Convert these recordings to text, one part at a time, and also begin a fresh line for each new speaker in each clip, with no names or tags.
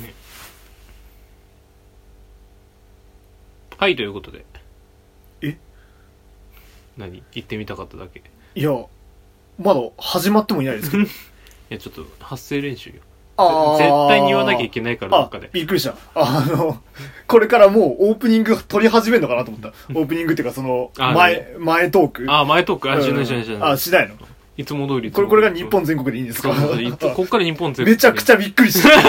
ねはいということで
え
何行ってみたかっただけい
いや、まだ始まってもいないです けど。
やちょっと発声練習よ
あー
絶対に言わなきゃいけないからど
あ
っかで、
びっくりした。あの、 これからもうオープニング撮り始めるのかなと思った。オープニングっていうかその、
あ
前、前トーク。
ああ前トークあ
うん
しないしないしな
あ、
い
しないの
いつも通りいつ
こ
も通り
れ、これが日本全国でいいんです
そう
か
そう そういつこっから日本全
めちゃくち
ゃ
ゃびっくりした。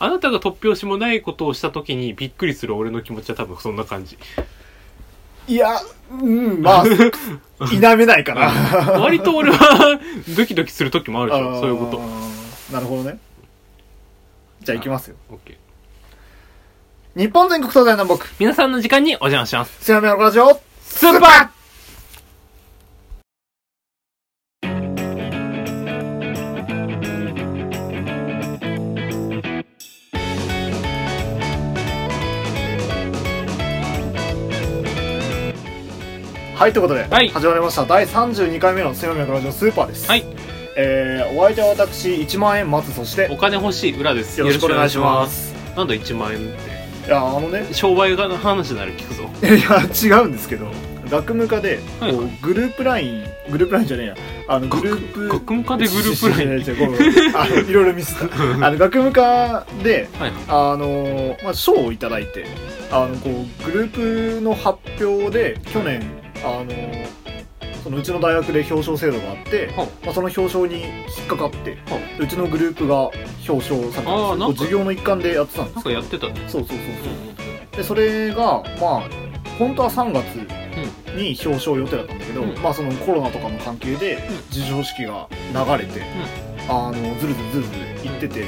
あなたが突拍子もないことをした時にびっくりする俺の気持ちは多分そんな感 じ
いや、う ん、まあ、否めないかな。
割と俺はドキドキする時もあるでし
あ
ょ
ー
そういうこと
なるほどね。じゃあ行きますよ。
オッケー
日本全国東西南北、
皆さんの時間にお邪魔します
せやめのラジオ、
スーパ
はい、ということで、
はい
始まりました。第32回目のせやめのラジオスーパーです。
はい。
えー、お相手は私、1万円松、そし
ーお
て、
金欲しい裏です
よろしくお願いしま
よろし
す。
くお願いしますなんだ1万円っ
いや、あのね、
て商売が話なら聞くぞ
いや違うんですけど学務課で、
はい
こうグループライングループラインじゃねえやあのグループ
学務課でグループライン
ンいろいろミス ったあの学務課で
はいはい
あの、まあ、賞をいただいてあのこうグループの発表で去年あのそのうちの大学で表彰制度があって、
は
まあ、その表彰に引っかかって
は
うちのグループが表彰されたんですよ
あーなんか
こう授業の一環でやってたんで
なん
す
かやってたね
そうそうそ
う
うそう
んうん
でそれがまあ本当は3月に表彰予定だったんだけど、
うん
まあそのコロナとかの関係で
ん
授賞式が流れて、あのずるずるずるずる行ってて、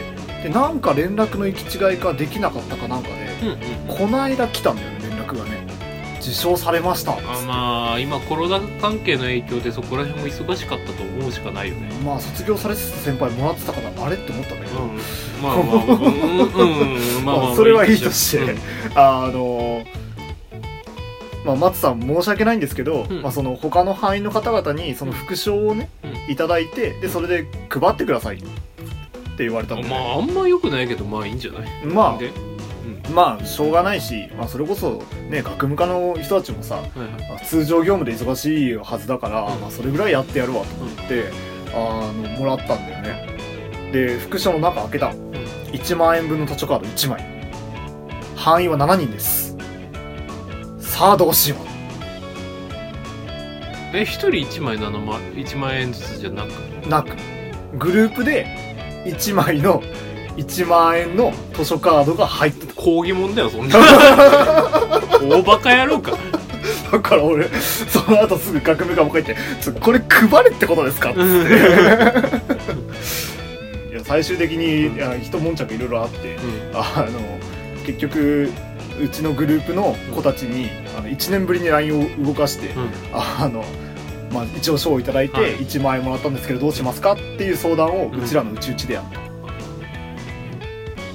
でなんか連絡の行き違いかできなかったかなんかで、
うんうん
こないだ来たんだよね連絡がね受賞されましたっつって
あまあ今コロナ関係の影響でそこら辺も忙しかったと思うしかないよね
まあ卒業されてた先輩もらってたからあれって思ったんだけ
う
ど、
んまあまあうんうんうんまあまあ
それはいいとして、
うん
あのまあ、松さん申し訳ないんですけど、
うん
まあ、その他の範囲の方々にその副賞をね、
う
いただいてでそれで配ってくださいって言われたので
まああんま良くないけどまあいいんじゃない
ま
で、
あまあしょうがないし、まあ、それこそね学務課の人たちもさ
うんはいはい
まあ通常業務で忙しいはずだから、
うん
まあ、それぐらいやってやるわと思って、あのもらったんだよねで副賞の中開けたの、1万円分の図書カード1枚範囲は7人ですさあどうしよ
え一人1枚7万1万円ずつじゃなく
うなくグループで1枚の1万円の図書カードが入って
抗議もんだよそんな大バカ野郎か
ただから俺その後すぐ学部課も書いて「ちょこれ配れってことですか?」
うん
いや最終的にいや一悶着いろいろあってあの結局うちのグループの子たちに、あの1年ぶりに LINE を動かして、
うん
あの、まあ、一応賞をいただいて
はい
1万円もらったんですけどどうしますかっていう相談を
うん
うちらのうちうちでやった、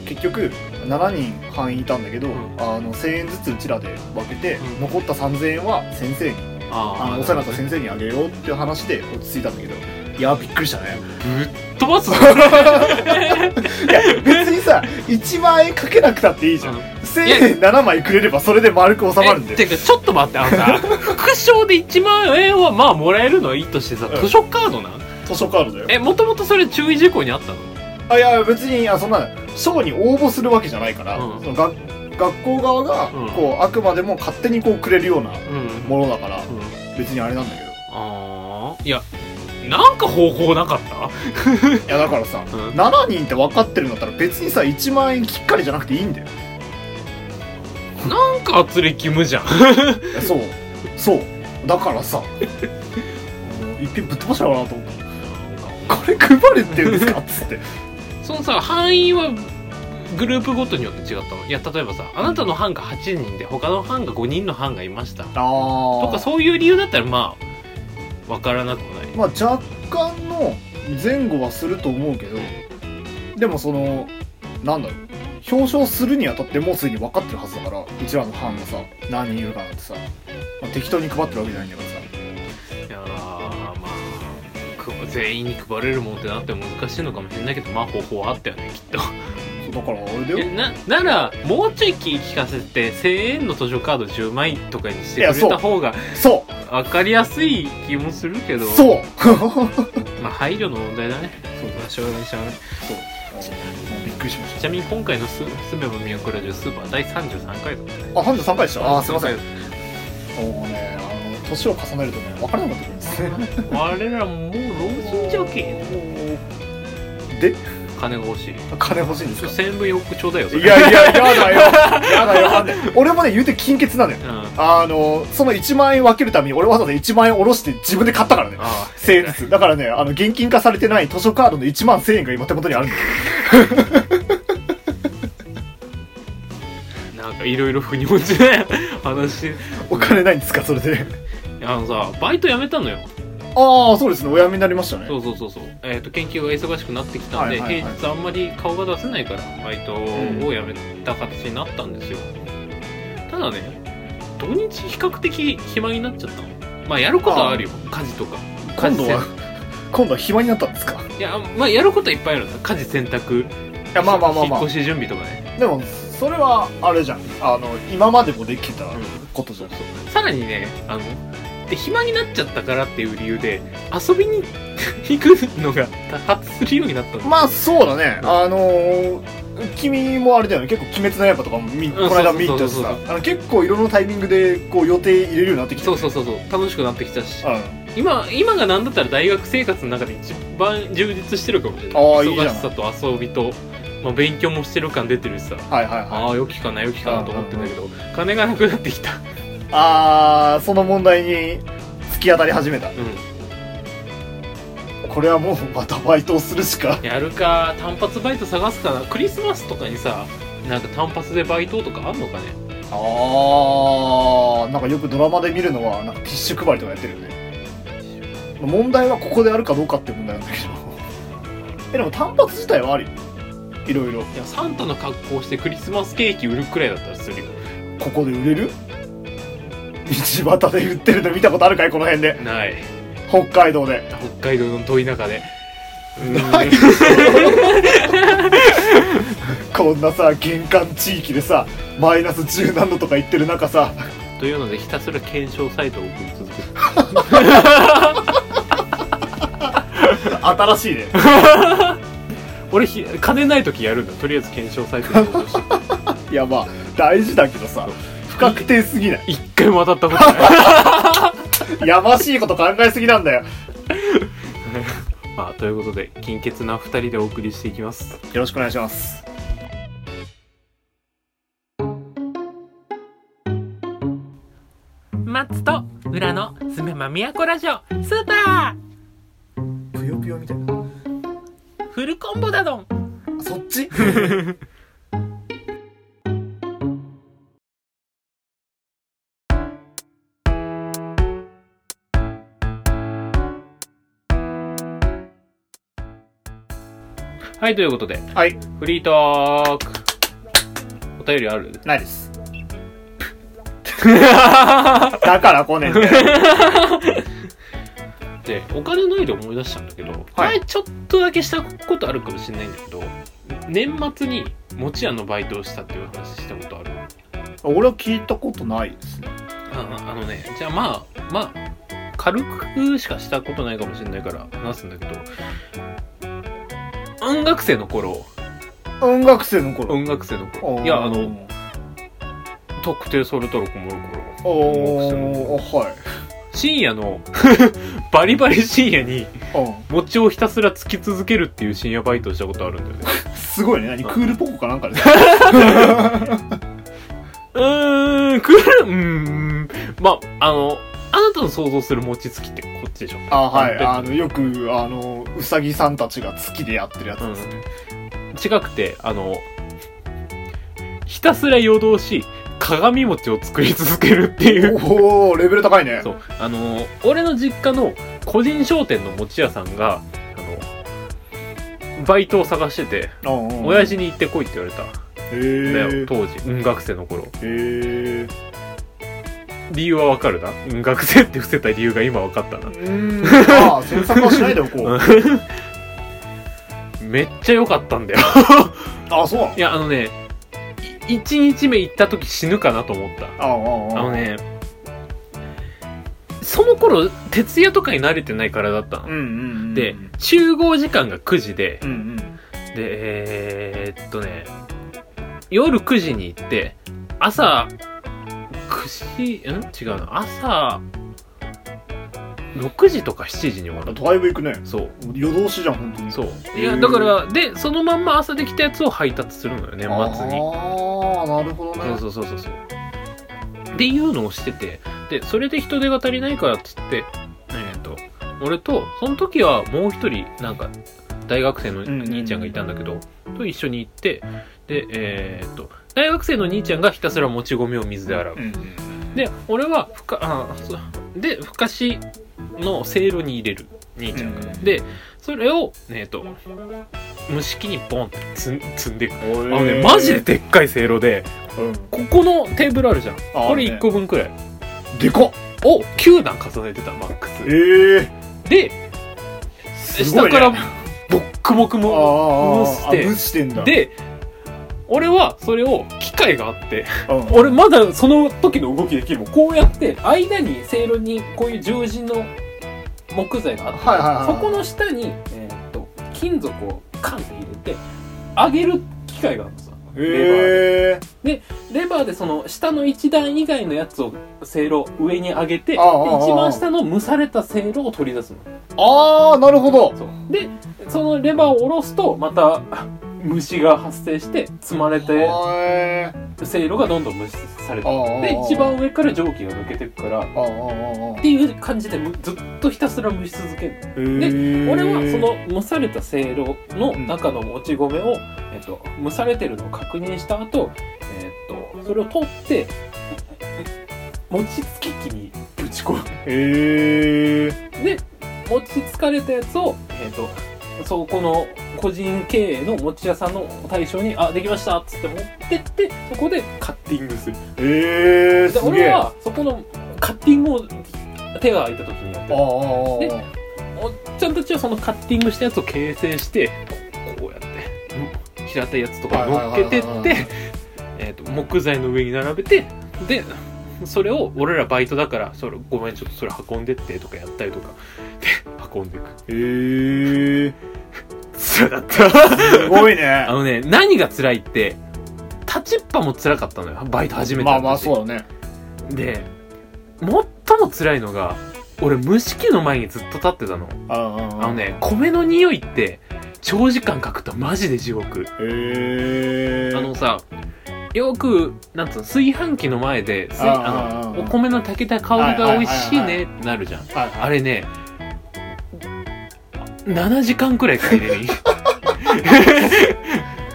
結局7人範囲いたんだけど、
うん
あの1000円ずつうちらで分けて、
うん
残った3000円は先生にあ
あ
のお世話になった先生にあげようっていう話で落ち着いたんだけどいやびっくりした ね
ぶっ飛ばすぞ
いや別にさ1万円かけなくたっていいじゃん1000円7枚くれればそれで丸く収まるん
え
で
てかちょっと待ってあの さ副賞で1万円はまあもらえるのはいいとしてさ
うん
図書カードな
図書カードだよ
えもともとそれ注意事項にあったの
あいや別にあそんな賞に応募するわけじゃないから、
うん
その学学校側が
うん
こうあくまでも勝手にこうくれるような
うん
ものだから
うん
別にあれなんだけど
ああいやなんか方法なかった
いやだからさ、
うん
7人って分かってるんだったら別にさ1万円きっかりじゃなくていいんだよ
なんか圧力無じゃん
いやそうそうだからさもう一品ぶっ飛ばしちゃうかなと思ったこれ配れって言うんですかっつって
そのさ範囲はグループごとによって違ったのいや例えばさあなたの班が8人で他の班が5人の班がいました
ああ
とかそういう理由だったらまあわからなくもない
まあ、若干の前後はすると思うけどでもそのなんだろう表彰するにあたってもうすでに分かってるはずだからうちらの班がさ何人いるかなんてさ、まあ適当に配ってるわけじゃないんだからさ
いやーまあく全員に配れるもんってなっても難しいのかもしれないけどまあ方法はあったよねきっと
だからあれだ
え
よ
なならもうちょい気聞かせて1000円の図書カード10枚とかにしてくれ
いやそ
た
う
方が
そ
分かりやすい気もするけ
う
ど
そう
まあ配慮の問題だね
そう
まあしょうがないしょうがない
そうあのびっくりしまし
ちなみに今回のス「すめば都ラジオスーパー」第33回だったね
たあ半3回でしたあーすいません
ん
もうねあの年を重ねるとね分からなくなってくるんですね
我らももう老人じゃけ
で
金が欲しい
金欲しいんです
ちょ
か
1000分よくちょうだいよそれ
いやいや、やだよ。 やだよ、あんね俺もね、言うて金欠なのよ。
うんあ
あの、その1万円分けるために、俺わざわざ1万円下ろして自分で買ったからね。
あ
1000円ずつ。だからね、あの、現金化されてない図書カードの1万1000円が今手元にあるんだよ。
なんかいろいろ腑に落ちない話
お金ないんですか、それ で。
あのさバイト辞めたのよ
ああ、そうですね。おやめになりましたね。
そうそうそうそう、えー、と研究が忙しくなってきたんで、
はいはいはい
平日あんまり顔が出せないからバイトを辞めた形になったんですよ、ただね土日比較的暇になっちゃったのまあやることはあるよ家事とか家
今
事
度
せ
は、今度は暇になったんですか。
いやまあやることはいっぱいあるんだ家事洗濯
いや、まあまあまあま
引っ越し準備とかね、
あ。でも、それは、あれじゃん。あの、今までもできてたことじゃん。
さらにねあので暇になっちゃったからっていう理由で遊びに 行くのが多発するようになったの
まあそうだね、あのー君もあれだよね結構「鬼滅の刃」とかも見この間見たし
そうそう
さ
そ
あの結構いろんなタイミングでこう予定入れるようになってきて
そうそうそうそう楽しくなってきたし
うん、
今今が何だったら大学生活の中で一番充実してるかもしれない
ああいいじゃん
忙しさと遊びと、まあ、勉強もしてる感出てるしさ
はいはいはい
ああ良きかな良きかなと思ってんだけど金がなくなってきた
あーその問題に突き当たり始めた
う
これはもうまたバイトをするしか
んやるか単発バイト探すかなクリスマスとかにさなんか単発でバイトとかあんのかね
ああんかよくドラマで見るのはなんかティッシュ配りとかやってるよね問題はここであるかどうかって問題なんだけど えでも単発自体はありいろいろ
いやサンタの格好してクリスマスケーキ売るくらいだったらするよ
ここで売れる道端で売ってるの見たことあるかいこの辺で
ない
北海道で
北海道の遠い中でうん
ないこんなさ玄関地域でさマイナス10何度とか言ってる中さ
というのでひたすら検証サイトを送り続けた
新しいね
俺ひ金ない時やるんだとりあえず検証サイトに応募して
いやまあ大事だけどさ不確定すぎない
一回も当たったことない
やましいこと考えすぎなんだよよ
まあということで金欠な2人でお送りしていきます
ろしくお願いします
マッツと裏のすめまみやこラジオスーパ
ぷよぷよみたいな
ーフルコンボだどん
そっち
はいということで
はい
フリートークお便りある
ない ですだから来ねえんだよ
でお金ないで思い出したんだけど、
はい
前ちょっとだけしたことあるかもしれないんだけど年末に餅屋のバイトをしたっていう話したことある
俺は聞いたことないですね
ああのねじゃあまあまあ軽くしかしたことないかもしれないから話すんだけど音楽生の頃
音楽生の頃
音楽生の
お
頃
ー
いやあの特定ソルトロコモロコロ
おーはい
深夜の バリバリ深夜に
う
餅をひたすらつき続けるっていう深夜バイトをしたことあるんだよね
ん、すごいね何クールポコかなんかで
うーんくるうーんまああのあなたの想像する餅つきってこっちでしょ
あはい
あ
あのよくあのうさぎさんたちが月でやってるやつですね、
違くてあのひたすら夜通し鏡餅を作り続けるっていう
おおレベル高いね
そうあの俺の実家の個人商店の餅屋さんがあのバイトを探してて
うんうん
親父に行ってこいって言われたん
へ
だよ、
ー
当時音楽生の頃
へー
理由はわかるな。うん学生って伏せた理由が今わかったな。
うん。ああ、その作はしないでおこう。
めっちゃ良かったんだよ。
ああ、そうなの
いや、あのね、い1日目行った時死ぬかなと思った。
ああ、
あ
ああ、あ
の
あ。
ね、その頃、徹夜とかに慣れてないからだった
うん
の。
うんうん。
で、集合時間が9時で、
うんうん。
で、えーっとね、夜9時に行って、朝、9時、ん違うな、朝、6時とか7時に終わるの
だいぶ行くね。
そう。
夜通しじゃん、本当に。。
そうう。いや、
へー
だから、で、そのまんま朝できたやつを配達するのよ、年末に。
ああ、なるほどね。
そうそうそうそうそう。っていうのをしてて、で、それで人手が足りないからっつって、えっ、と、俺と、その時はもう一人、なんか、大学生の
んうん
兄ちゃんがいたんだけど、と一緒に行って、で、えっ、と、大学生の兄ちゃんがひたすらもち米を水で洗う
う。ん
で、俺は、ふか、あそうで、ふかしのせいろに入れる、兄ちゃんが。
うん
で、それを、えっ、と、蒸し器にボンって積ん積んでいく。
う
あ
ん。
のね、マジででっかいせいろで、
うん。
ここのテーブルあるじゃん。
あ
これ
あるね
1個分くらい。
でかっ
を9段重ねてた、マックス。
ええ。
で、
すごい
下
ね
から、ボックボク
ああ
も。
あ
蒸し
あ、
て
あ蒸してんだ。、
で、俺はそれを機械があって、
うん、
俺まだその時の動きできるもん。こうやって、間にせいろにこういう十字の木材があって、
はいはいはい
そこの下に、えーっと、金属をカンって入れて、上げる機械があるんですよ。
ええ
レバーでその下の一段以外のやつをせいろ上に上げてで
ああああ
一番下の蒸されたせいろを取り出すの
ああ、なるほど。
そうでそのレバーを下ろすとまた虫が発生して積まれて
はい
せいろがどんどん蒸しされ
あ
て
あ。
で一。番上から蒸気が抜けてくからっ
ああ、ああ、ああ。
ていう感じでむずっとひたすら蒸し続ける
えー
俺はそ、の蒸されたせいろの中のもち米を、えっと、蒸されてるのを確認した後、えっとそれを取って餅つき機にぶち込む
えー、
で餅つかれたやつを、えっとそこの個人経営の餅屋さんの大将に「あできました」っつって持ってってそこでカッティングする
えー、
です
げ
俺
え。
はそこのカッティングを手が空いた時にやって
あ
る
あ、ああ、
でおっちゃんたちはそのカッティングしたやつを形成してこうやってうん平たいやつとか乗っけてっ
はいはいはいはい
てえーと木材の上に並べてでそれを俺らバイトだからそれごめんちょっとそれ運んでってとかやったりとかで運んでいく
えー、
辛かった
すご いね
あ。のね何が辛いって立ちっぱも辛かったのよバイト始めた
まあまあ、
う
そうだね。
で最も辛いのが俺蒸し器の前にずっと立ってたの
ああ、あ
あの。ね、米の匂いって、長時間書くとマジで地獄。
えー、
あの、さ、よく、なんつうの、炊飯器の前で、すいあ
あー
の、お米の炊けた香りが美味しいねってなるじゃん。
はい
あれね、7時間くらいかけてね。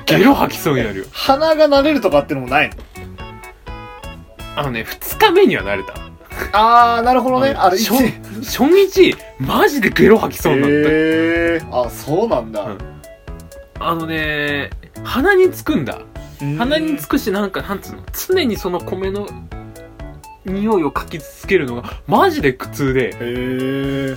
ゲロ吐きそうになるよ。
鼻が慣れるとかってのもないの
あのね、2日目には慣れた。
ああ、なるほどね。あれ、
初初日、マジでゲロ吐きそうになった。
えー、あ、そうなんだ。
あのね、鼻につくんだ。
うん
鼻につくしなんかなんつうの常にその米の匂いをかき続けるのがマジで苦痛で
えー、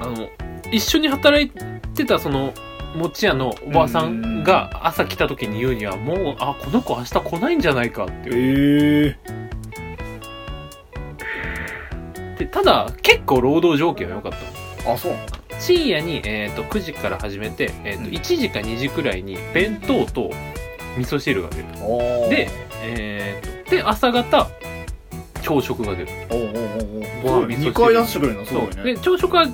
あの一緒に働いてたその餅屋のおばさんが朝来た時に言うにはもうあこの子明日来ないんじゃないかって言
え
っ
ー、
てただ結構労働条件は良かった
あ、そうなんだ。
の深夜に、えー、と9時から始めて、えー、と
うん
1時か2時くらいに弁当と味噌汁が出る
あー
で、えー、とで朝方朝食が出る
おうおうおう
ご
おう
飯味噌汁
2回出してくれるのす
そ
ご
う
いね
で朝食は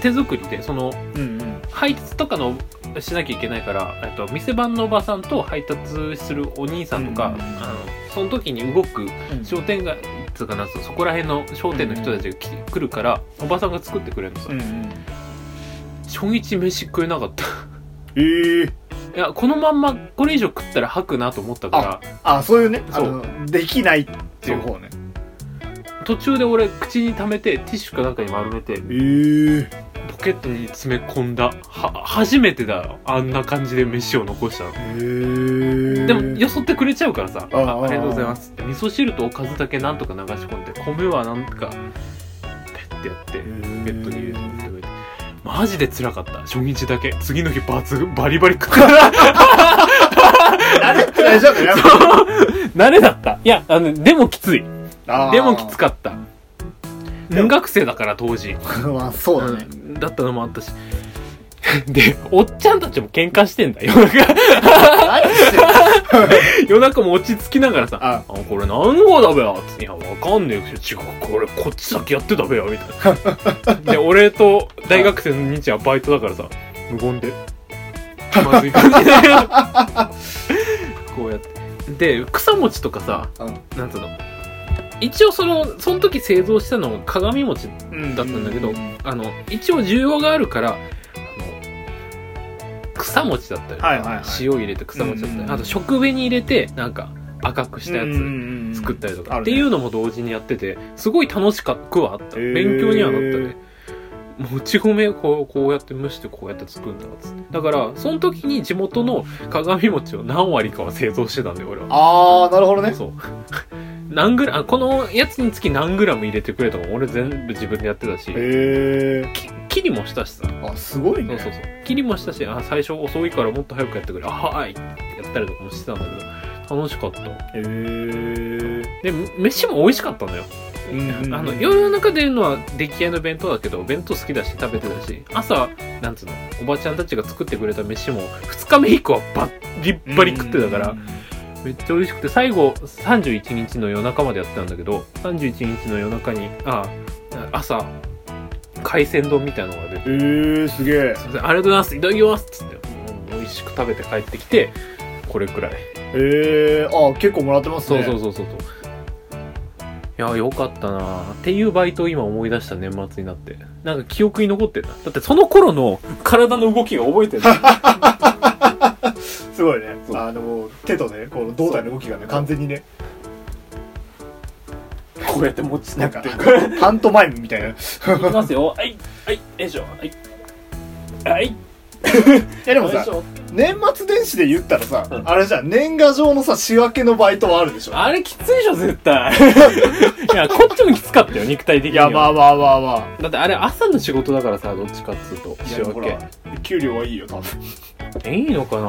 手作りでその
うんうん
配達とかのしなきゃいけないからえっと店番のおばさんと配達するお兄さんとか、
うん
あのその時に動く商店街っていうかなんつうのそこら辺の商店の人たちが来,、来るからおばさんが作ってくれるのさ、
うんうん
初日飯食えなかった
えー、
いやこのまんまこれ以上食ったら吐くなと思ったか
あそういうねあ
そう
のできないっていう方ね
ら途中で俺口に溜めてティッシュかなんかに丸めて
ええ
ポケケットに詰め込んだは初めてだよあんな感じで飯を残したの
え
でもよそってくれちゃうからさ「
ああ
あありがとうございます」って味噌汁とおかずだけなんとか流し込んで米はなんかペッてやってペットに入れて持ってくれてマジで辛かった初日だけ次の日バツバリバリ食った
大丈夫やばい
慣れだったいやあのでもきつい
あー
でもきつかった
でも
文学生だから当時
まあそうだね
うんだったのもあったしでおっちゃんたちも喧嘩してんだよ
何してんの
夜中も落ち着きながらさ「
あ
あこれ何号だべよ」つって「いやわかんねえけど違うこれこっちだけやってたべよ」みたいな で俺と大学生の兄ちゃんはバイトだからさ無言でまずい感じで こうやってで草餅とかさ
う
なんつうの一応そのその時製造したのが鏡餅
ん
だったんだけどあの一応需要があるからあの草餅だったりとか、
はいはいはい
塩入れて草餅だった
う
り
ん
あと食紅入れてなんか赤くしたやつ
つ
作ったりとか、
あるね
っていうのも同時にやっててすごい楽しくはあった
へー
勉強にはなったねもち米をこうこうやって蒸してこうやって作るんだっつってだからその時に地元の鏡餅を何割かは製造してたんだよ俺は
ああなるほどね
そう 何グラあこのやつにつき何グラム入れてくれとかも俺全部自分でやってたし
へえ
き切りもしたしさ
あすごい
そう
ね
そうそう切りもしたしあ最初遅いからもっと早くやってくれあはいやったりとかもしてたんだけど楽しかった
へえ
で飯も美味しかったのよ、あの夜の中で言うのは出来合いの弁当だけど弁当好きだし食べてたし朝なんつうのおばちゃんたちが作ってくれた飯も2日目以降はバッリッバリ食ってたからめっちゃ美味しくて最後31日の夜中までやってたんだけど31日の夜中にあ朝海鮮丼みたいなのが出て
えー、すげえ
すいませんありがとうございますいただきますっつってうん美味しく食べて帰ってきてこれくらい
えー、あ結構もらってます
そう
ね
そうそうそうそういやよかったなっていうバイトを今思い出した年末になってなんか記憶に残ってるなだってその頃の
体の動きが覚えてる
すごいね
そう
あの手とねこの胴体の動きがね完全にね
こうやって持ちな
な
んっ
か
てい
パントマイムみ たいない
きますよはいはいよいしょはいはい
やでも
よい
さ
しょ
年末年始で言ったらさ、
うん
あれじゃん年賀状のさ仕分けのバイトはあるでしょ
あれきついでしょ絶 対いやこっちもきつかったよ肉体的
い
には
やまあまあまあまあ
だってあれ朝の仕事だからさどっちかっつうと
い
仕
やほ
分け
ら給料はいいよ多分
えいいのか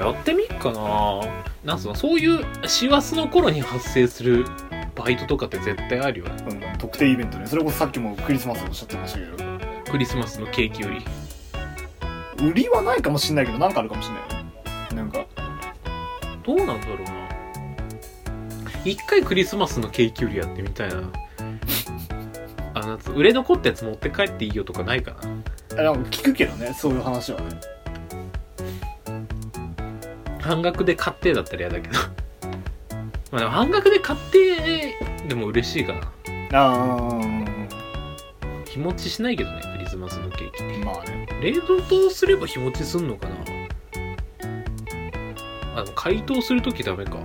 なやってみっかななんすのそういう師走の頃に発生するバイトとかって絶対あるよね
うん特定イベントねそれこそさっきもクリスマスおっしゃってましたけど
クリスマスのケーキより
売りはないかもしんないけどなんかあるかもしんないよねなんか
どうなんだろうな一回クリスマスのケーキ売りやってみたいなあなんつ売れ残ったやつ持って帰っていいよとかないかな
あなんか聞くけどねそういう話はね
半額で買ってだったら嫌だけどまあでも半額で買ってでも嬉しいかな
あ
日持ちしないけどねクリスマスのケーキ
あまあね
冷蔵とすれば日持ちすんのかなあでも解凍するときダメか
う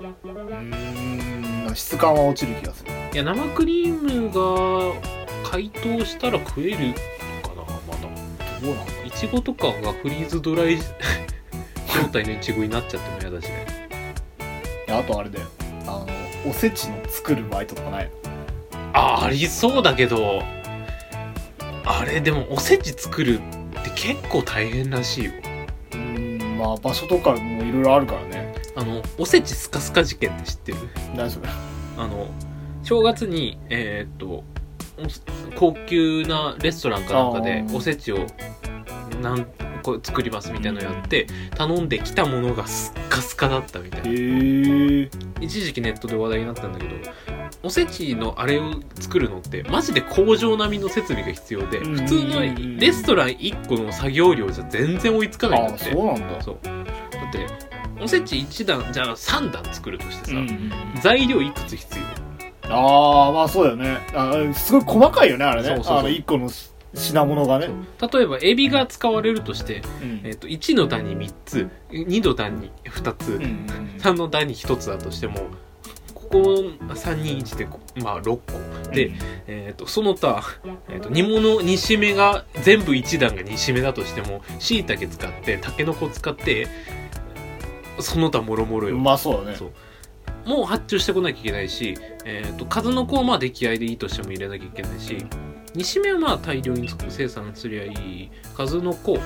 ーんまあ質感は落ちる気がする
いや生クリームが解凍したら食えるかなまだ
どうなんだ
いちごとかがフリーズドライ状態のいちごになっちゃっても嫌だしね
いやあとあれだよあのおせちの作るバイトとかない
あありそうだけどあれでもおせち作るって結構大変らしいよ
うーんまあ場所とかもいろいろあるからね
あのおせちスカスカ事件って知ってる
何それ
あの正月にえーっとおす高級なレストランかなんかで
あー
おせちをなんこう作りますみたいなのやって頼んできたものがスッカスカだったみたいな
へえ
一時期ネットで話題になったんだけどおせちのあれを作るのってマジで工場並みの設備が必要で
うん
普通のレストラン1個の作業量じゃ全然追いつかないん
あ
だ
あ
って
そうなんだ
そうだっておせち1段じゃあ3段作るとしてさ、
うん
材料いくつ必要
ああまあそうだよねあすごい細かいよねあれね
そうそうそう
あの1個のし品物がね
例えばエビが使われるとして、
うん
えっと1の段に3つ2の段に2つ、
うん
3の段に1つだとしてもこ個3人1でこまあ6個で、えー、とその他、えー、と煮物煮しめが全部1段が煮しめだとしてもしいたけ使ってたけのこ使ってその他もろもろよ、
まあそうだね
そうもう発注してこなきゃいけないし、えー、と数の子はまあ出来合いでいいとしても入れなきゃいけないし煮しめはまあ大量に作生産すりゃいい数の子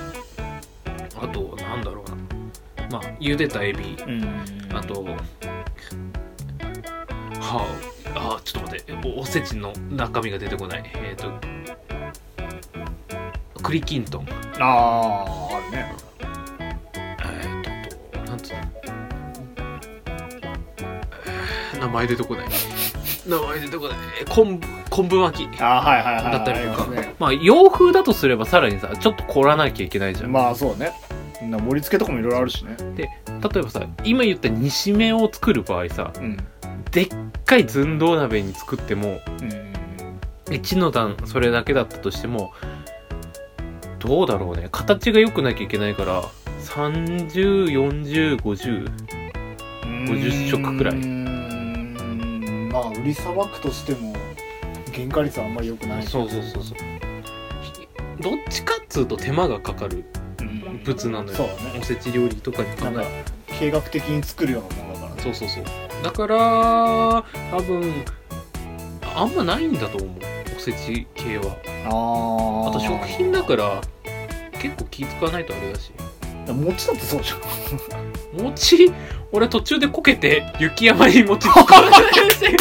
あとなんだろうなまあ茹でたエビ
うん
あとはああちょっと待っておおせちの中身が出てこないえっ、と栗きんとんえ
あああるね
っ、となんつうのえー名前出てこない名前出てこないえ昆布昆布巻き
ああはいはいはい
だったりとか
あますね
まあ洋風だとすればさらにさちょっと凝らなきゃいけないじゃん、
まあそうねな盛り付けとかもいろいろあるしね
例えばさ今言った煮しめを作る場合さ
うん
でっかい寸胴鍋に作っても
うん
一の段それだけだったとしてもどうだろうね形が良くなきゃいけないから30405050食くらい
うんまあ売りさばくとしても原価率はあんまり良くない
そうそうそうそうひどっちかっつうと手間がかかる
うん
物なのよ
そうだね
おせち料理とかに考
なんか
え
計画的に作るようなものだからね
そうそうそうだから多分あんまないんだと思うおせち系は
あ
あと食品だからら結構気使わないとあれだし
餅だってそうじゃん
餅俺途中でこけて雪山に餅使われたし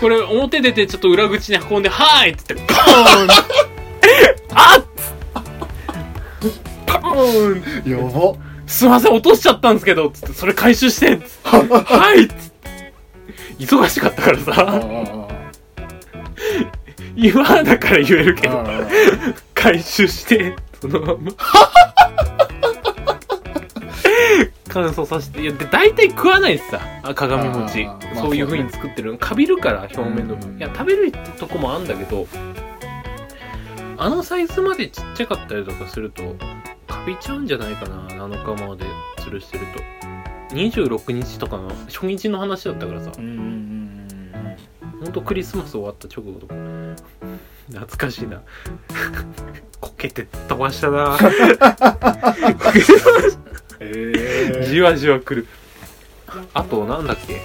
これ表出てちょっと裏口に運んで「はーい!」っつってパーンあっパーン
や ば
すいません落としちゃったんですけどつってそれ回収してっつってはいっつって忙しかったから
あ
さ
ー
今だから言えるけど
あ
回収してそのまん ま乾燥させていやで大体食わないしさあ鏡餅
あーまあ
そういう
そ
風
うね
に作ってるのかびるから表面の部
う
分
ん
いや食べるってとこもあんだけどあのサイズまでちっちゃかったりとかするとかびちゃうんじゃないかな7日まで吊るしてると26日とかの初日の話だったからさ
ーうんうんうんうん
ほんとクリスマス終わった直後とか 懐かしいな こけて飛ばした なこけて飛ばしじ
え
わじわくるあとなんだっけ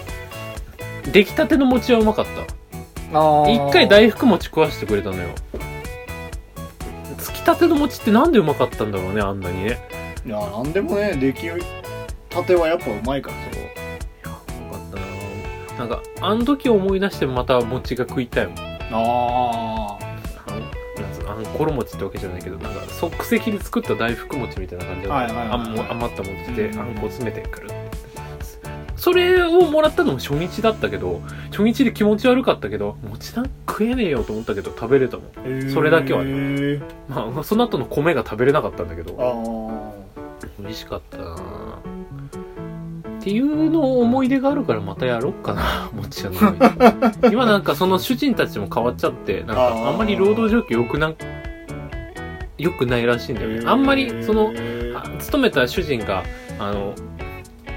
出来たての餅はうまかった一回大福餅食わしてくれたのよつきたての餅ってなんでうまかったんだろうねあんなにね
いやなんでもね出来たてはやっぱうまいからそこ
うまかったななんかあの時思い出してまた餅が食いたいもん
あ
あのなんつうのあの衣餅ってわけじゃないけどなんか即席で作った大福餅みたいな感じで、
はいはいはい
あんも余った餅で、
うん
あんこ詰めてくるそれをもらったのも初日だったけど初日で気持ち悪かったけど餅なんか食えねえよと思ったけど食べれたもん
あ
それだけは
ね
まあその後の米が食べれなかったんだけ
あ
ど
あ
美味しかったなあっていうのを思い出があるからまたやろっかな 餅屋の上今なんかその主人たちも変わっちゃってなん
あー
かあんまり労働状況良くな良くないらしいんだよねあんまりそのあ勤めた主人があの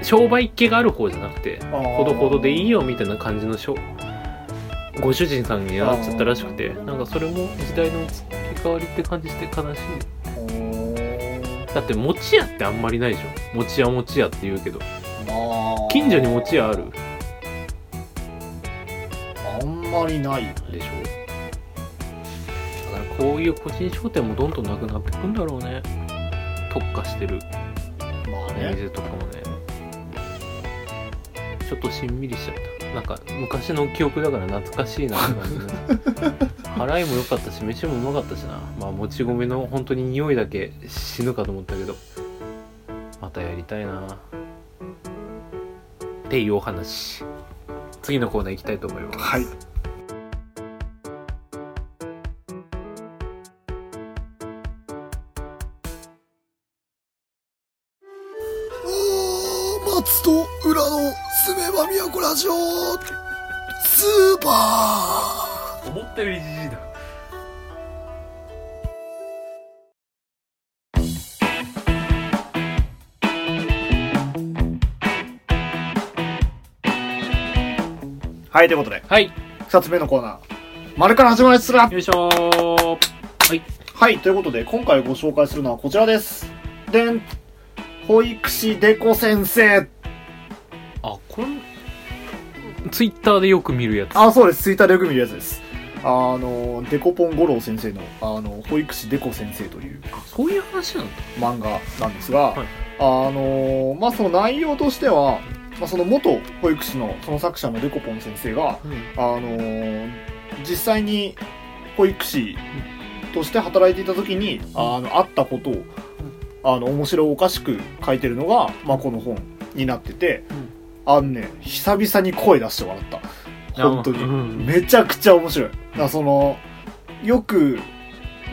商売系がある方じゃなくてほ
ほ
どほどでいいよみたいな感じのしょご主人さんになっちゃったらしくてなんかそれも時代の移り変わりって感じして悲しいだって餅屋ってあんまりないでしょ餅屋餅屋って言うけど近所に餅屋ある
あんまりない
でしょだからこういう個人商店もどんどんなくなってくんだろうね特化してる
まあ
お
ね
店とかもねちょっとしんみりしちゃったなんか昔の記憶だから懐かしいなって感じね払いも良かったし飯もうまかったしなまあもち米の本当に匂いだけ死ぬかと思ったけどまたやりたいなっていうお話次のコーナー行きたいと思います
はい
松と裏のすめばみやこラジオスーパ
思ったよりじじいだ
はい、ということで、
はい
二つ目のコーナー。丸から始まりつら
よいしょー
はい、ということで、今回ご紹介するのはこちらです。でん、保育士デコ先生。
あこんツイッターでよく見るやつ
あ、そうです。ツイッターでよく見るやつです。あの、デコポン五郎先生の、あの、保育士デコ先生という
そういう話なんだ
漫画なんですが、
はい
あの、まあ、その内容としては、まあ、その元保育士の、その作者のデコポン先生が、あの、実際に保育士として働いていた時に、あの、あったことを、あの、面白おかしく書いてるのが、まあ、この本になってて、
うん
あのね、久々に声出して笑った。本当に。
に
めちゃくちゃ面白い。だからその、よく、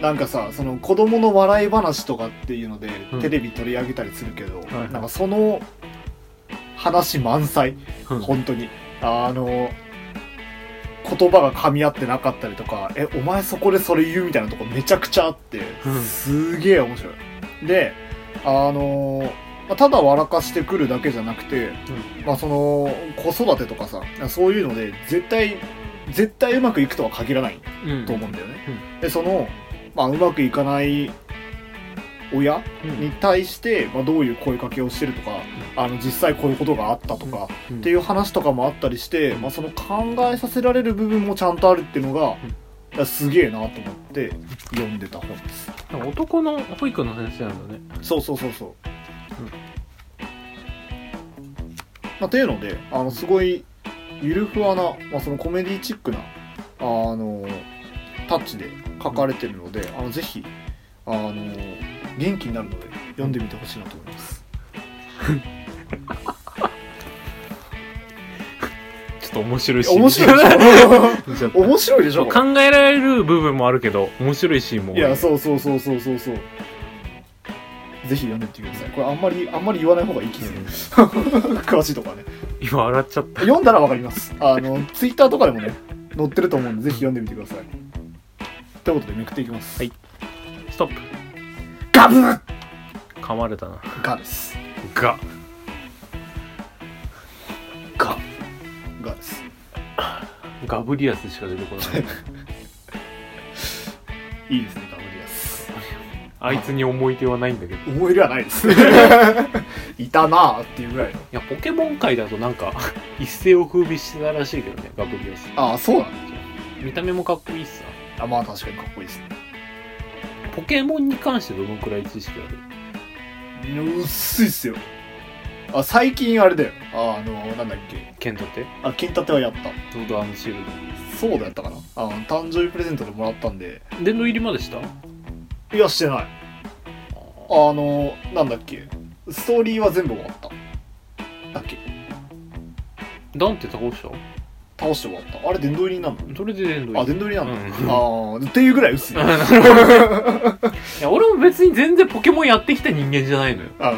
なんかさ、その子供の笑い話とかっていうので、
うん
テレビ取り上げたりするけど、
はい
なんかその話満載、
うん
本当に。あの、言葉が噛み合ってなかったりとか、え、お前そこでそれ言うみたいなとこめちゃくちゃあって、
うん
すげえ面白い。で、あの、まあただ笑かしてくるだけじゃなくて、まあその子育てとかさそういうので絶対絶対うまくいくとは限らない
うん
と思うんだよね、でその、まあ、うまくいかない親
うん
に対して、まあ、どういう声かけをしてるとか、あの実際こういうことがあったとか、
うん
っていう話とかもあったりして、まあ、その考えさせられる部分もちゃんとあるっていうのが、いやすげえなと思って読んでた本です
なんか男の保育の話なんだね
そうそうそうそう、
うん
まあ、というのであのすごいゆるふわな、まあ、そのコメディチックなあのタッチで書かれてるので、あのぜひあの元気になるので読んでみてほしいなと思います
ちょっと面白いし
面白いで
ち ょっ
しょ面白いでし
と
ょこ
考えられる部分もあるけど面白いシーンも
れ
多
いやそうそうそうそうそうそうぜひ読んでみてくださいこれあんまりあんまり言わない方がいい気する詳しいとかね
今笑っちゃった
読んだらわかります。あの、ツイッターとかでもね、載ってると思うんで、ぜひ読んでみてください。ということで、めくっていきます。
はい。ストップ
ガブッ
噛まれたな
ガです。
が
ガ。ガです。
ガブリアスしか出てこ ない
いいですね、ガブリアス。
あいつに思い出はないんだけど
思い入れはないです。いたなあっていうぐらいの。
いやポケモン界だとなんか 一世を風靡してたらしいけどねガブリアス
ああ、そうなんだ。
見た目もかっこいいしさ
あまあ、確かにかっこいいですね。
ポケモンに関してどのくらい知識ある
薄いっすよ。あ、最近あれだよ。ああの、なんだっけ。
剣だって
あ、金立てはやった。
ロードアンドシール
そうだやったかな。あの、誕生日プレゼントでもらったんで。
ド殿堂入りまでした
いや、してない。あのなんだっけストーリーは全部終わっただっけ
ダンって倒した
倒して終わったあれ殿堂入りなの
それで殿堂
あ
入り
殿堂入りなの、
うん
ああっていうぐらい薄いあ
いや俺も別に全然ポケモンやってきた人間じゃないのよ
あ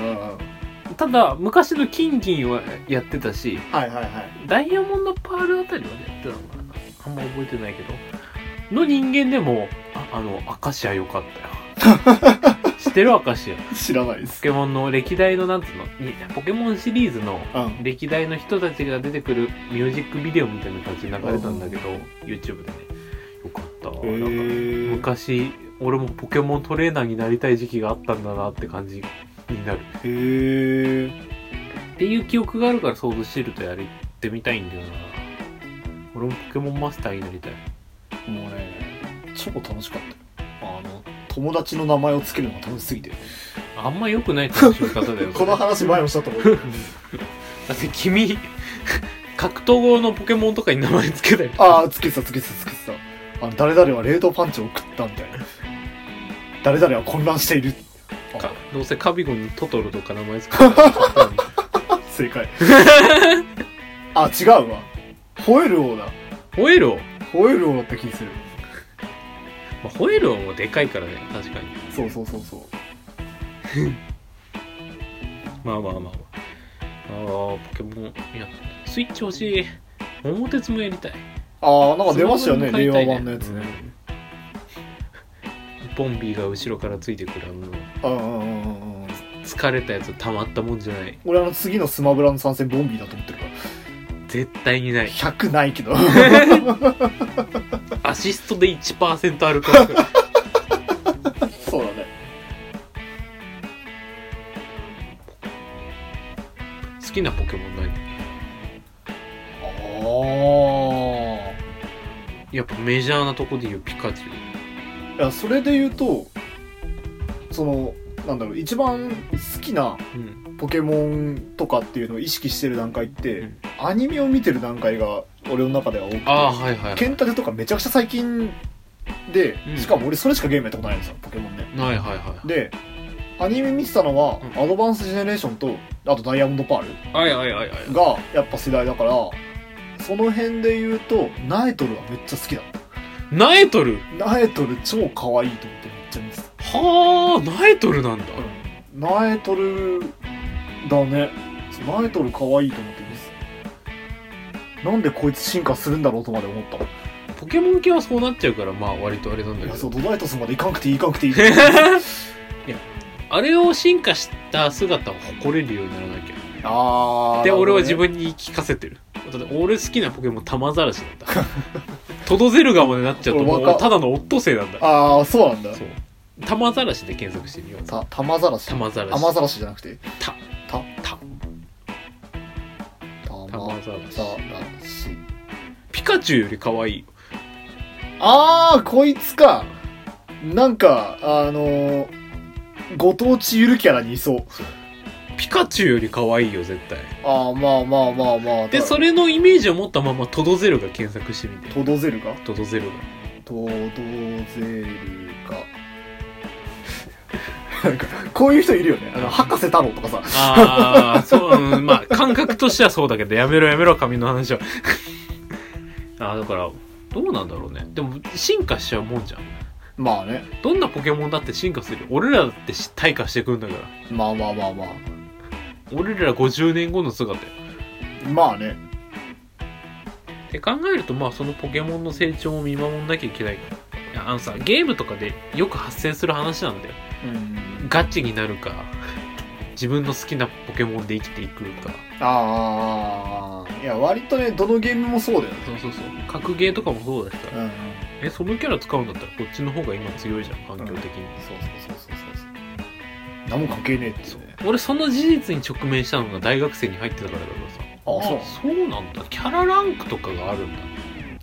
ただ昔の金銀はやってたし
はいはいはい
ダイヤモンドパールあたりはねやってたのかなあんま覚えてないけどの人間でもああのアカシア良かったよ知ってるアカシア
知らないで
ポ
す
ケモンの歴代のなんつうのにポケモンシリーズの
うん
歴代の人たちが出てくるミュージックビデオみたいな感じで流れたんだけど YouTube でねよかったわ
え
なんか
ー、
昔俺もポケモントレーナーになりたい時期があったんだなって感じになる
えー、
っていう記憶があるからソードシールドやってみたいんだよな俺もポケモンマスターになりたい
もうね超楽しかったよあの友達の名前をつけるのが楽しすぎて
あんま良くない楽しみ方だよ
この
だ
話前もしたと思う
って君格闘後のポケモンとかに名前つけたりとか
ああつけてたつけてたつけてたあの誰々は冷凍パンチを食ったみたいな誰々は混乱している
かどうせカビゴンにトトロとか名前つけたりとか
正解あ違うわホエル王だ
ホエロ、
ホエル王だった気する
まあ、ホエロもでかいからね確かに
そうそうそうそう
まあまあまあまあ。あーポケモン、いや、スイッチ欲しい。桃鉄もやりたい。
ああなんか出ましたよね
スマホに
令
買い
和
い
版のやつね、。
うん ボンビーが後ろからついてくるあの
うん、うんうんうんうん
疲れたやつたまったもんじゃない
俺あの次のスマブラの参戦ボンビーだと思ってるから
絶対にない
100ない けど。
アシストで1%あるから
そうだね。
好きなポケモン何
あ
やっぱメジャーなとこで言うピカチュ
あ。いや、それで言うと、その、なんだろう、一番好きな
ウ、うん、
ポケモンとかっていうのを意識してる段階って、
うん
アニメを見てる段階が俺の中では多くて。
ああはいはい
ケンタテとかめちゃくちゃ最近で、
うん
しかも俺それしかゲームやったことないんですよ、ポケモンね。
はいはいは
で、アニメ見てたのは、
うん
アドバンスジェネレーションと、あとダイヤモンドパール
いはいはいはいはい
がやっぱ世代だから、その辺で言うと、ナエトルはめっちゃ好きだった。
ナエトル
ナエトル超可愛いと思ってめっちゃ見てた。
はあナエトルなんだ、
ナエトルだね。ナエトル可愛いと思って見てた。なんでこいつ進化するんだろうとまで思った。
ポケモン系はそうなっちゃうからまあ割とあれなんだけ
いや、
ど
そう、ドナイトスまで行かなくていい、行かなくて いい。
いやあれを進化した姿を誇れるようにならなきゃ
あー
で俺は自。
なる
分に言い聞かせてるだって俺好きなポケモン玉ざらしなんだトドゼルガまでなっちゃうとも
俺わ
う
か
ただのオットセイなん
ほど
だ
ねああ、そうなんだ。
そう玉ざらしで検索してみよう
た、玉ざらし。
玉ざらし
雨ざらしじゃなくて。
た
た、
た
玉
玉ざらし
ざらし。
ピカチュウより可愛いよ
ああ、こいつか。なんか、あのー、ご当地ゆるキャラにいそう。
ピカチュウより可愛いよ絶対
ああ、まあまあまあまあ。
でそ
れ。
れのイメージを持ったままトドゼルガ検索してみて
トドゼルか
トドゼルガ
トドゼルか。 なんか、こういう人いるよね。あの、博士太郎とかさ。
あ あ、そう、うんまあ、感覚としてはそうだけど、やめろやめろ、髪の話は。 ああ、だから、どうなんだろうね。でも、進化しちゃうもんじゃん。
まあね。
どんなポケモンだって進化するよ。俺らだって退化してくんだから。
まあまあまあまあ。
俺ら50年後の姿よ。
まあね。
って考えると、まあ、そのポケモンの成長を見守んなきゃいけないから。いや、あのさ、ゲームとかでよく発生する話なんだよ。
うん。
ガチになるか、自分の好きなポケモンで生きていくか。
ああ。いや、割とね、どのゲームもそうだよね。
そうそうそう。格ゲーとかもそうだしさ。
うん。
えそのキャラ使うんだったらこっちの方が今強いじゃん環境的に、
そうそうそうそうそうそう。何も関係ねえっていうね。
俺その事実に直面したのが大学生に入ってたからだからさ
ああ、そう。
そうなんだキャラランクとかがあるんだ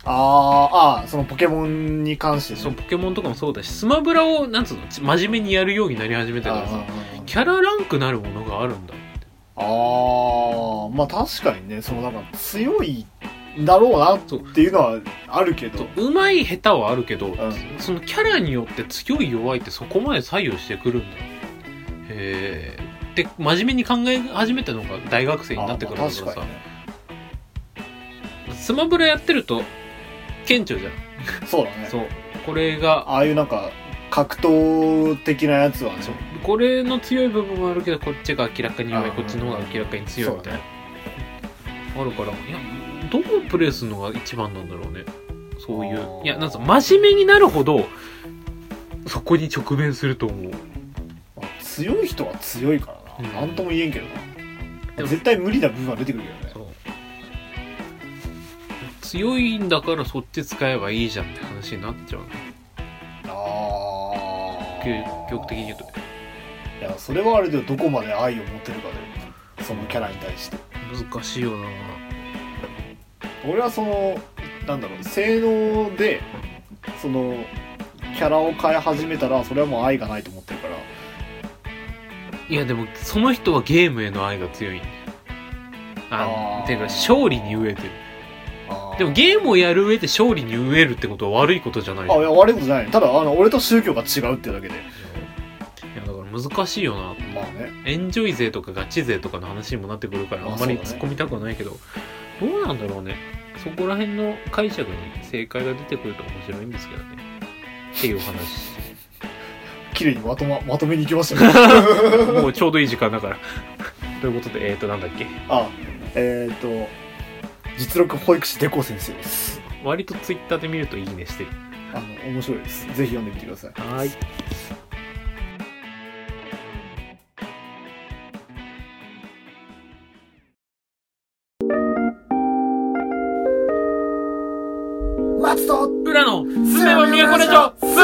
ああ、ああ、そのポケモンに関してね
そうポケモンとかもそうだしスマブラをなんつうのち真面目にやるようになり始めたから
あ
さキャラランクなるものがあるんだ
あああ、まあ確かにね、そのなんか強いんだろうなっていうのはあるけど。
うまい下手はあるけど、
ん
そのキャラによって強い弱いってそこまで左右してくるんだへえで真面目に考え始めたのが大学生になってからだから
あーまあ
さ
確かにね
スマブラやってると顕著じゃん
そうだね。
そうこれが
ああいうなんか格闘的なやつはね
そうこれの強い部分もあるけどこっちが明らかに弱い
あー
こっちの方が明らかに強いみたいな、
そ
あるからいやどこをプレイするのが一番なんだろうねそうい
あ
う
ー
いやなんつうの真面目になるほどそこに直面すると思う
まあ強い人は強いからな。
う
なんんとも言えんけど
で
な。
も
絶対無理な部分は出てくるけどね。
そう強いんだからそっち使えばいいじゃんって話になっちゃうね
ああ。
究極的に言うと
いや、それはあれでどこまで愛を持てるかで、そのキャラに対して。
難しいよな
俺はそのなんだろう性能でそのキャラを変え始めたらそれはもう愛がないと思ってるから
いやでもその人はゲームへの愛が強いんだよあ
あー
ていうか勝利に飢えてる
あ
でもゲームをやる上で勝利に飢えるってことは悪いことじゃない
あいや悪いことじゃないただあの俺と宗教が違うってだけで
いやだから難しいよな
まあね
エンジョイ勢とかガチ勢とかの話にもなってくるから
あ
あんまり
そうだ
突
ね
っ込みたくはないけど、どうなんだろうねそこら辺の解釈に正解が出てくると面白いんですけどねっていうお話
綺麗にまとま まとめに行きましたね
もうちょうどいい時間だから ということでえーとなんだっけ
あえっ、ー、と実力保育士デコ先生です
割とツイッターで見るといいねしてる
あの面白いですぜひ読んでみてください
はーいらのすめば都ラジオス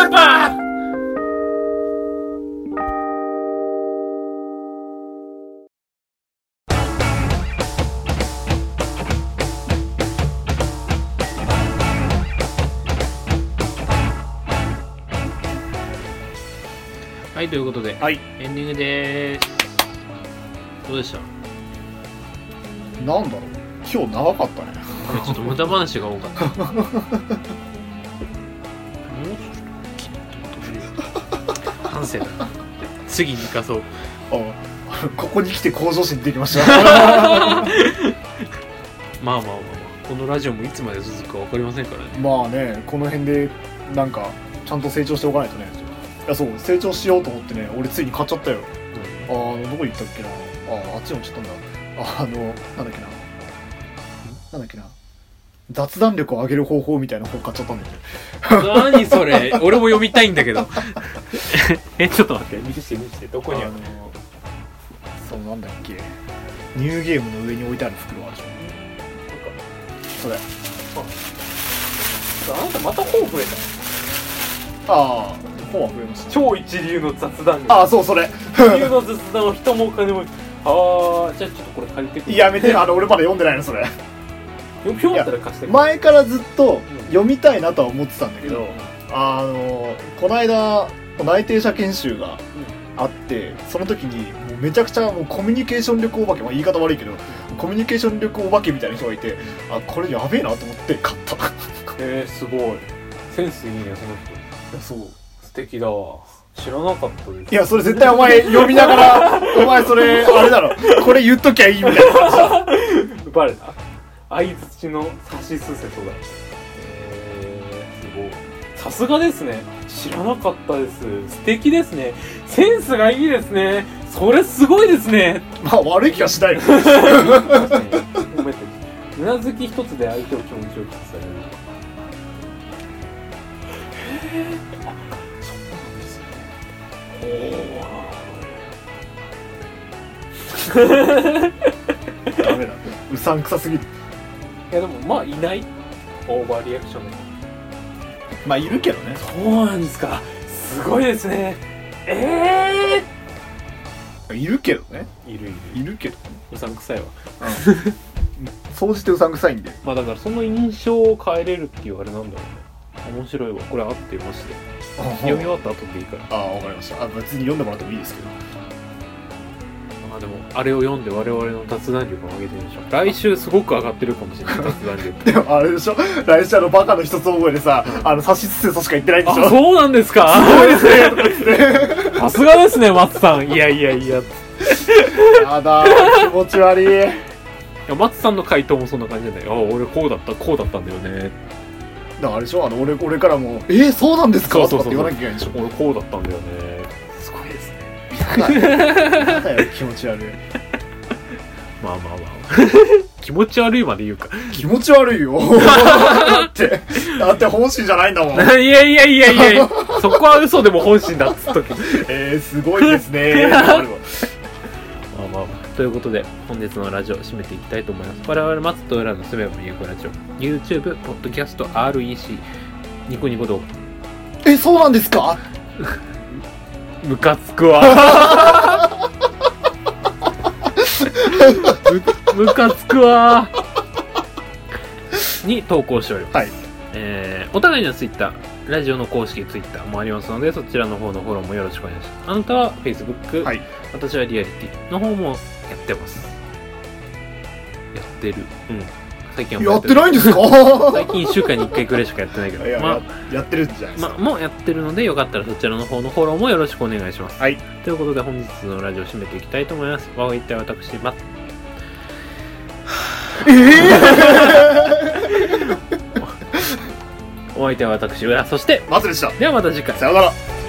ーパーはい、ということで、
はい
エンディングでーす。どうでした
なんだろう今日長かったね
ごめんちょっと無駄話が多かった。もうちょっと反省だ。次に生かそう。
あここに来て向上心出てきました
まあまあまあまあ、このラジオもいつまで続くかわかりませんからね。
まあねこの辺でなんかちゃんと成長しておかないとねいやそう成長しようと思ってね俺ついに買っちゃったよあのどこ行ったっけなああっちに落ちたんだあのなんだっけななんだっけな雑談力を上げる方法みたいな本買っちゃったんだけど
何それ俺も読みたいんだ けど。え、ちょっと待って。
見せて見せてどこにあ
あ
る
のそうなんだっけニューゲームの上に置いてある袋あるじゃんそれ
あなたまた本増えた
ああ本は増えました
超一流の雑談
ああそうそれ
一流の雑談を人もお金もああじゃあちょっとこれ借りてくる
やめてあの俺まだ読んでないのそれ
よひょんったら貸してくれ
前からずっと読みたいなとは思ってたんだけど、あのこの間内定者研修があってその時にもうめちゃくちゃもうコミュニケーション力お化け、まあ、言い方悪いけどコミュニケーション力お化けみたいな人がいてあこれやべえなと思って買った
えー、すごいセンスいいねその人
そう
素敵だわ知らなかったです
いやそれ絶対お前読みながらお前それあれだろこれ言っときゃいいみたいな
バレた相づちの指しすせとだえー、すごいさすがですね知らなかったです素敵ですねセンスがいいですねそれすごいですね
まあ悪い気はしないよ
褒めてうなずき一つで相手を気持ちよく伝えるへえあそうなんですね
ダメだうさんくさすぎる
おーいやでもまあいないオーバーリアクションの
まあいるけどね
そうなんですかすごいですねええ
いるけどね
いるいる
いるけど
うさんくさいわ
総じてうさんくさいんで
まあだからその印象を変えれるっていうあれなんだろうね面白いわこれあってまして読み終わった後でいいから
ああわかりましたあ別に読んでもらってもいいですけど
まあでも、あれを読んで我々の雑談力を上げてみましょう。 来週すごく上がってるかもし れない、雑談力。
でもあれでしょ来週あのバカの一つ覚えでさあの差しつせとしか言ってないんでしょ
あ、そうなんですか
そうですねとか言って ね
さすがですね、松さん。いやいやいや。い
やだー気持ち悪い
や松さんの回答もそんな感じじゃない。あ、俺こうだった、こうだったんだよね。
だからあれでしょあの俺俺からも「えー、そうなんですか?」とかって言わなきゃいけないんでしょ
俺こうだったんだよね。すごいですね。
やだ よ気持ち悪い
まあまあ まあ。気持ち悪いまで言うか。
気持ち悪いよだってだって本心じゃないんだもん
いやいやいやいや そこは嘘でも本心だっつっとき。ま
えー、すごいですねーあるわ
あまあまあ。ということで、本日のラジオ締めていきたいと思います。我々松と浦のすべばみゆこラジオ、YouTube、ポッドキャスト、REC、ニコニコ動画。
えそうなんですか
ムカつくわ。 むムカつくわ。に投稿しております。
はい
えーお互いのツイッター、ラジオの公式ツイッターもありますので、そちらの方のフォローもよろしくお願いします。あなたは Facebook、
はい
私はリアリティの方もやってます。やってる。うん。最近はもう
やってないんですか
最近1週間に1回くらいしかやってないけど
い。や、
まあ
ややってるんじゃないです
ま
か、
あ、もうやってるので、よかったらそちらの方のフォローもよろしくお願いします。
はい
ということで、本日のラジオを締めていきたいと思います。わお一体私、ま、お相手は私、浦、そして、
まずでした
ではまた次回。
さようなら
さよなら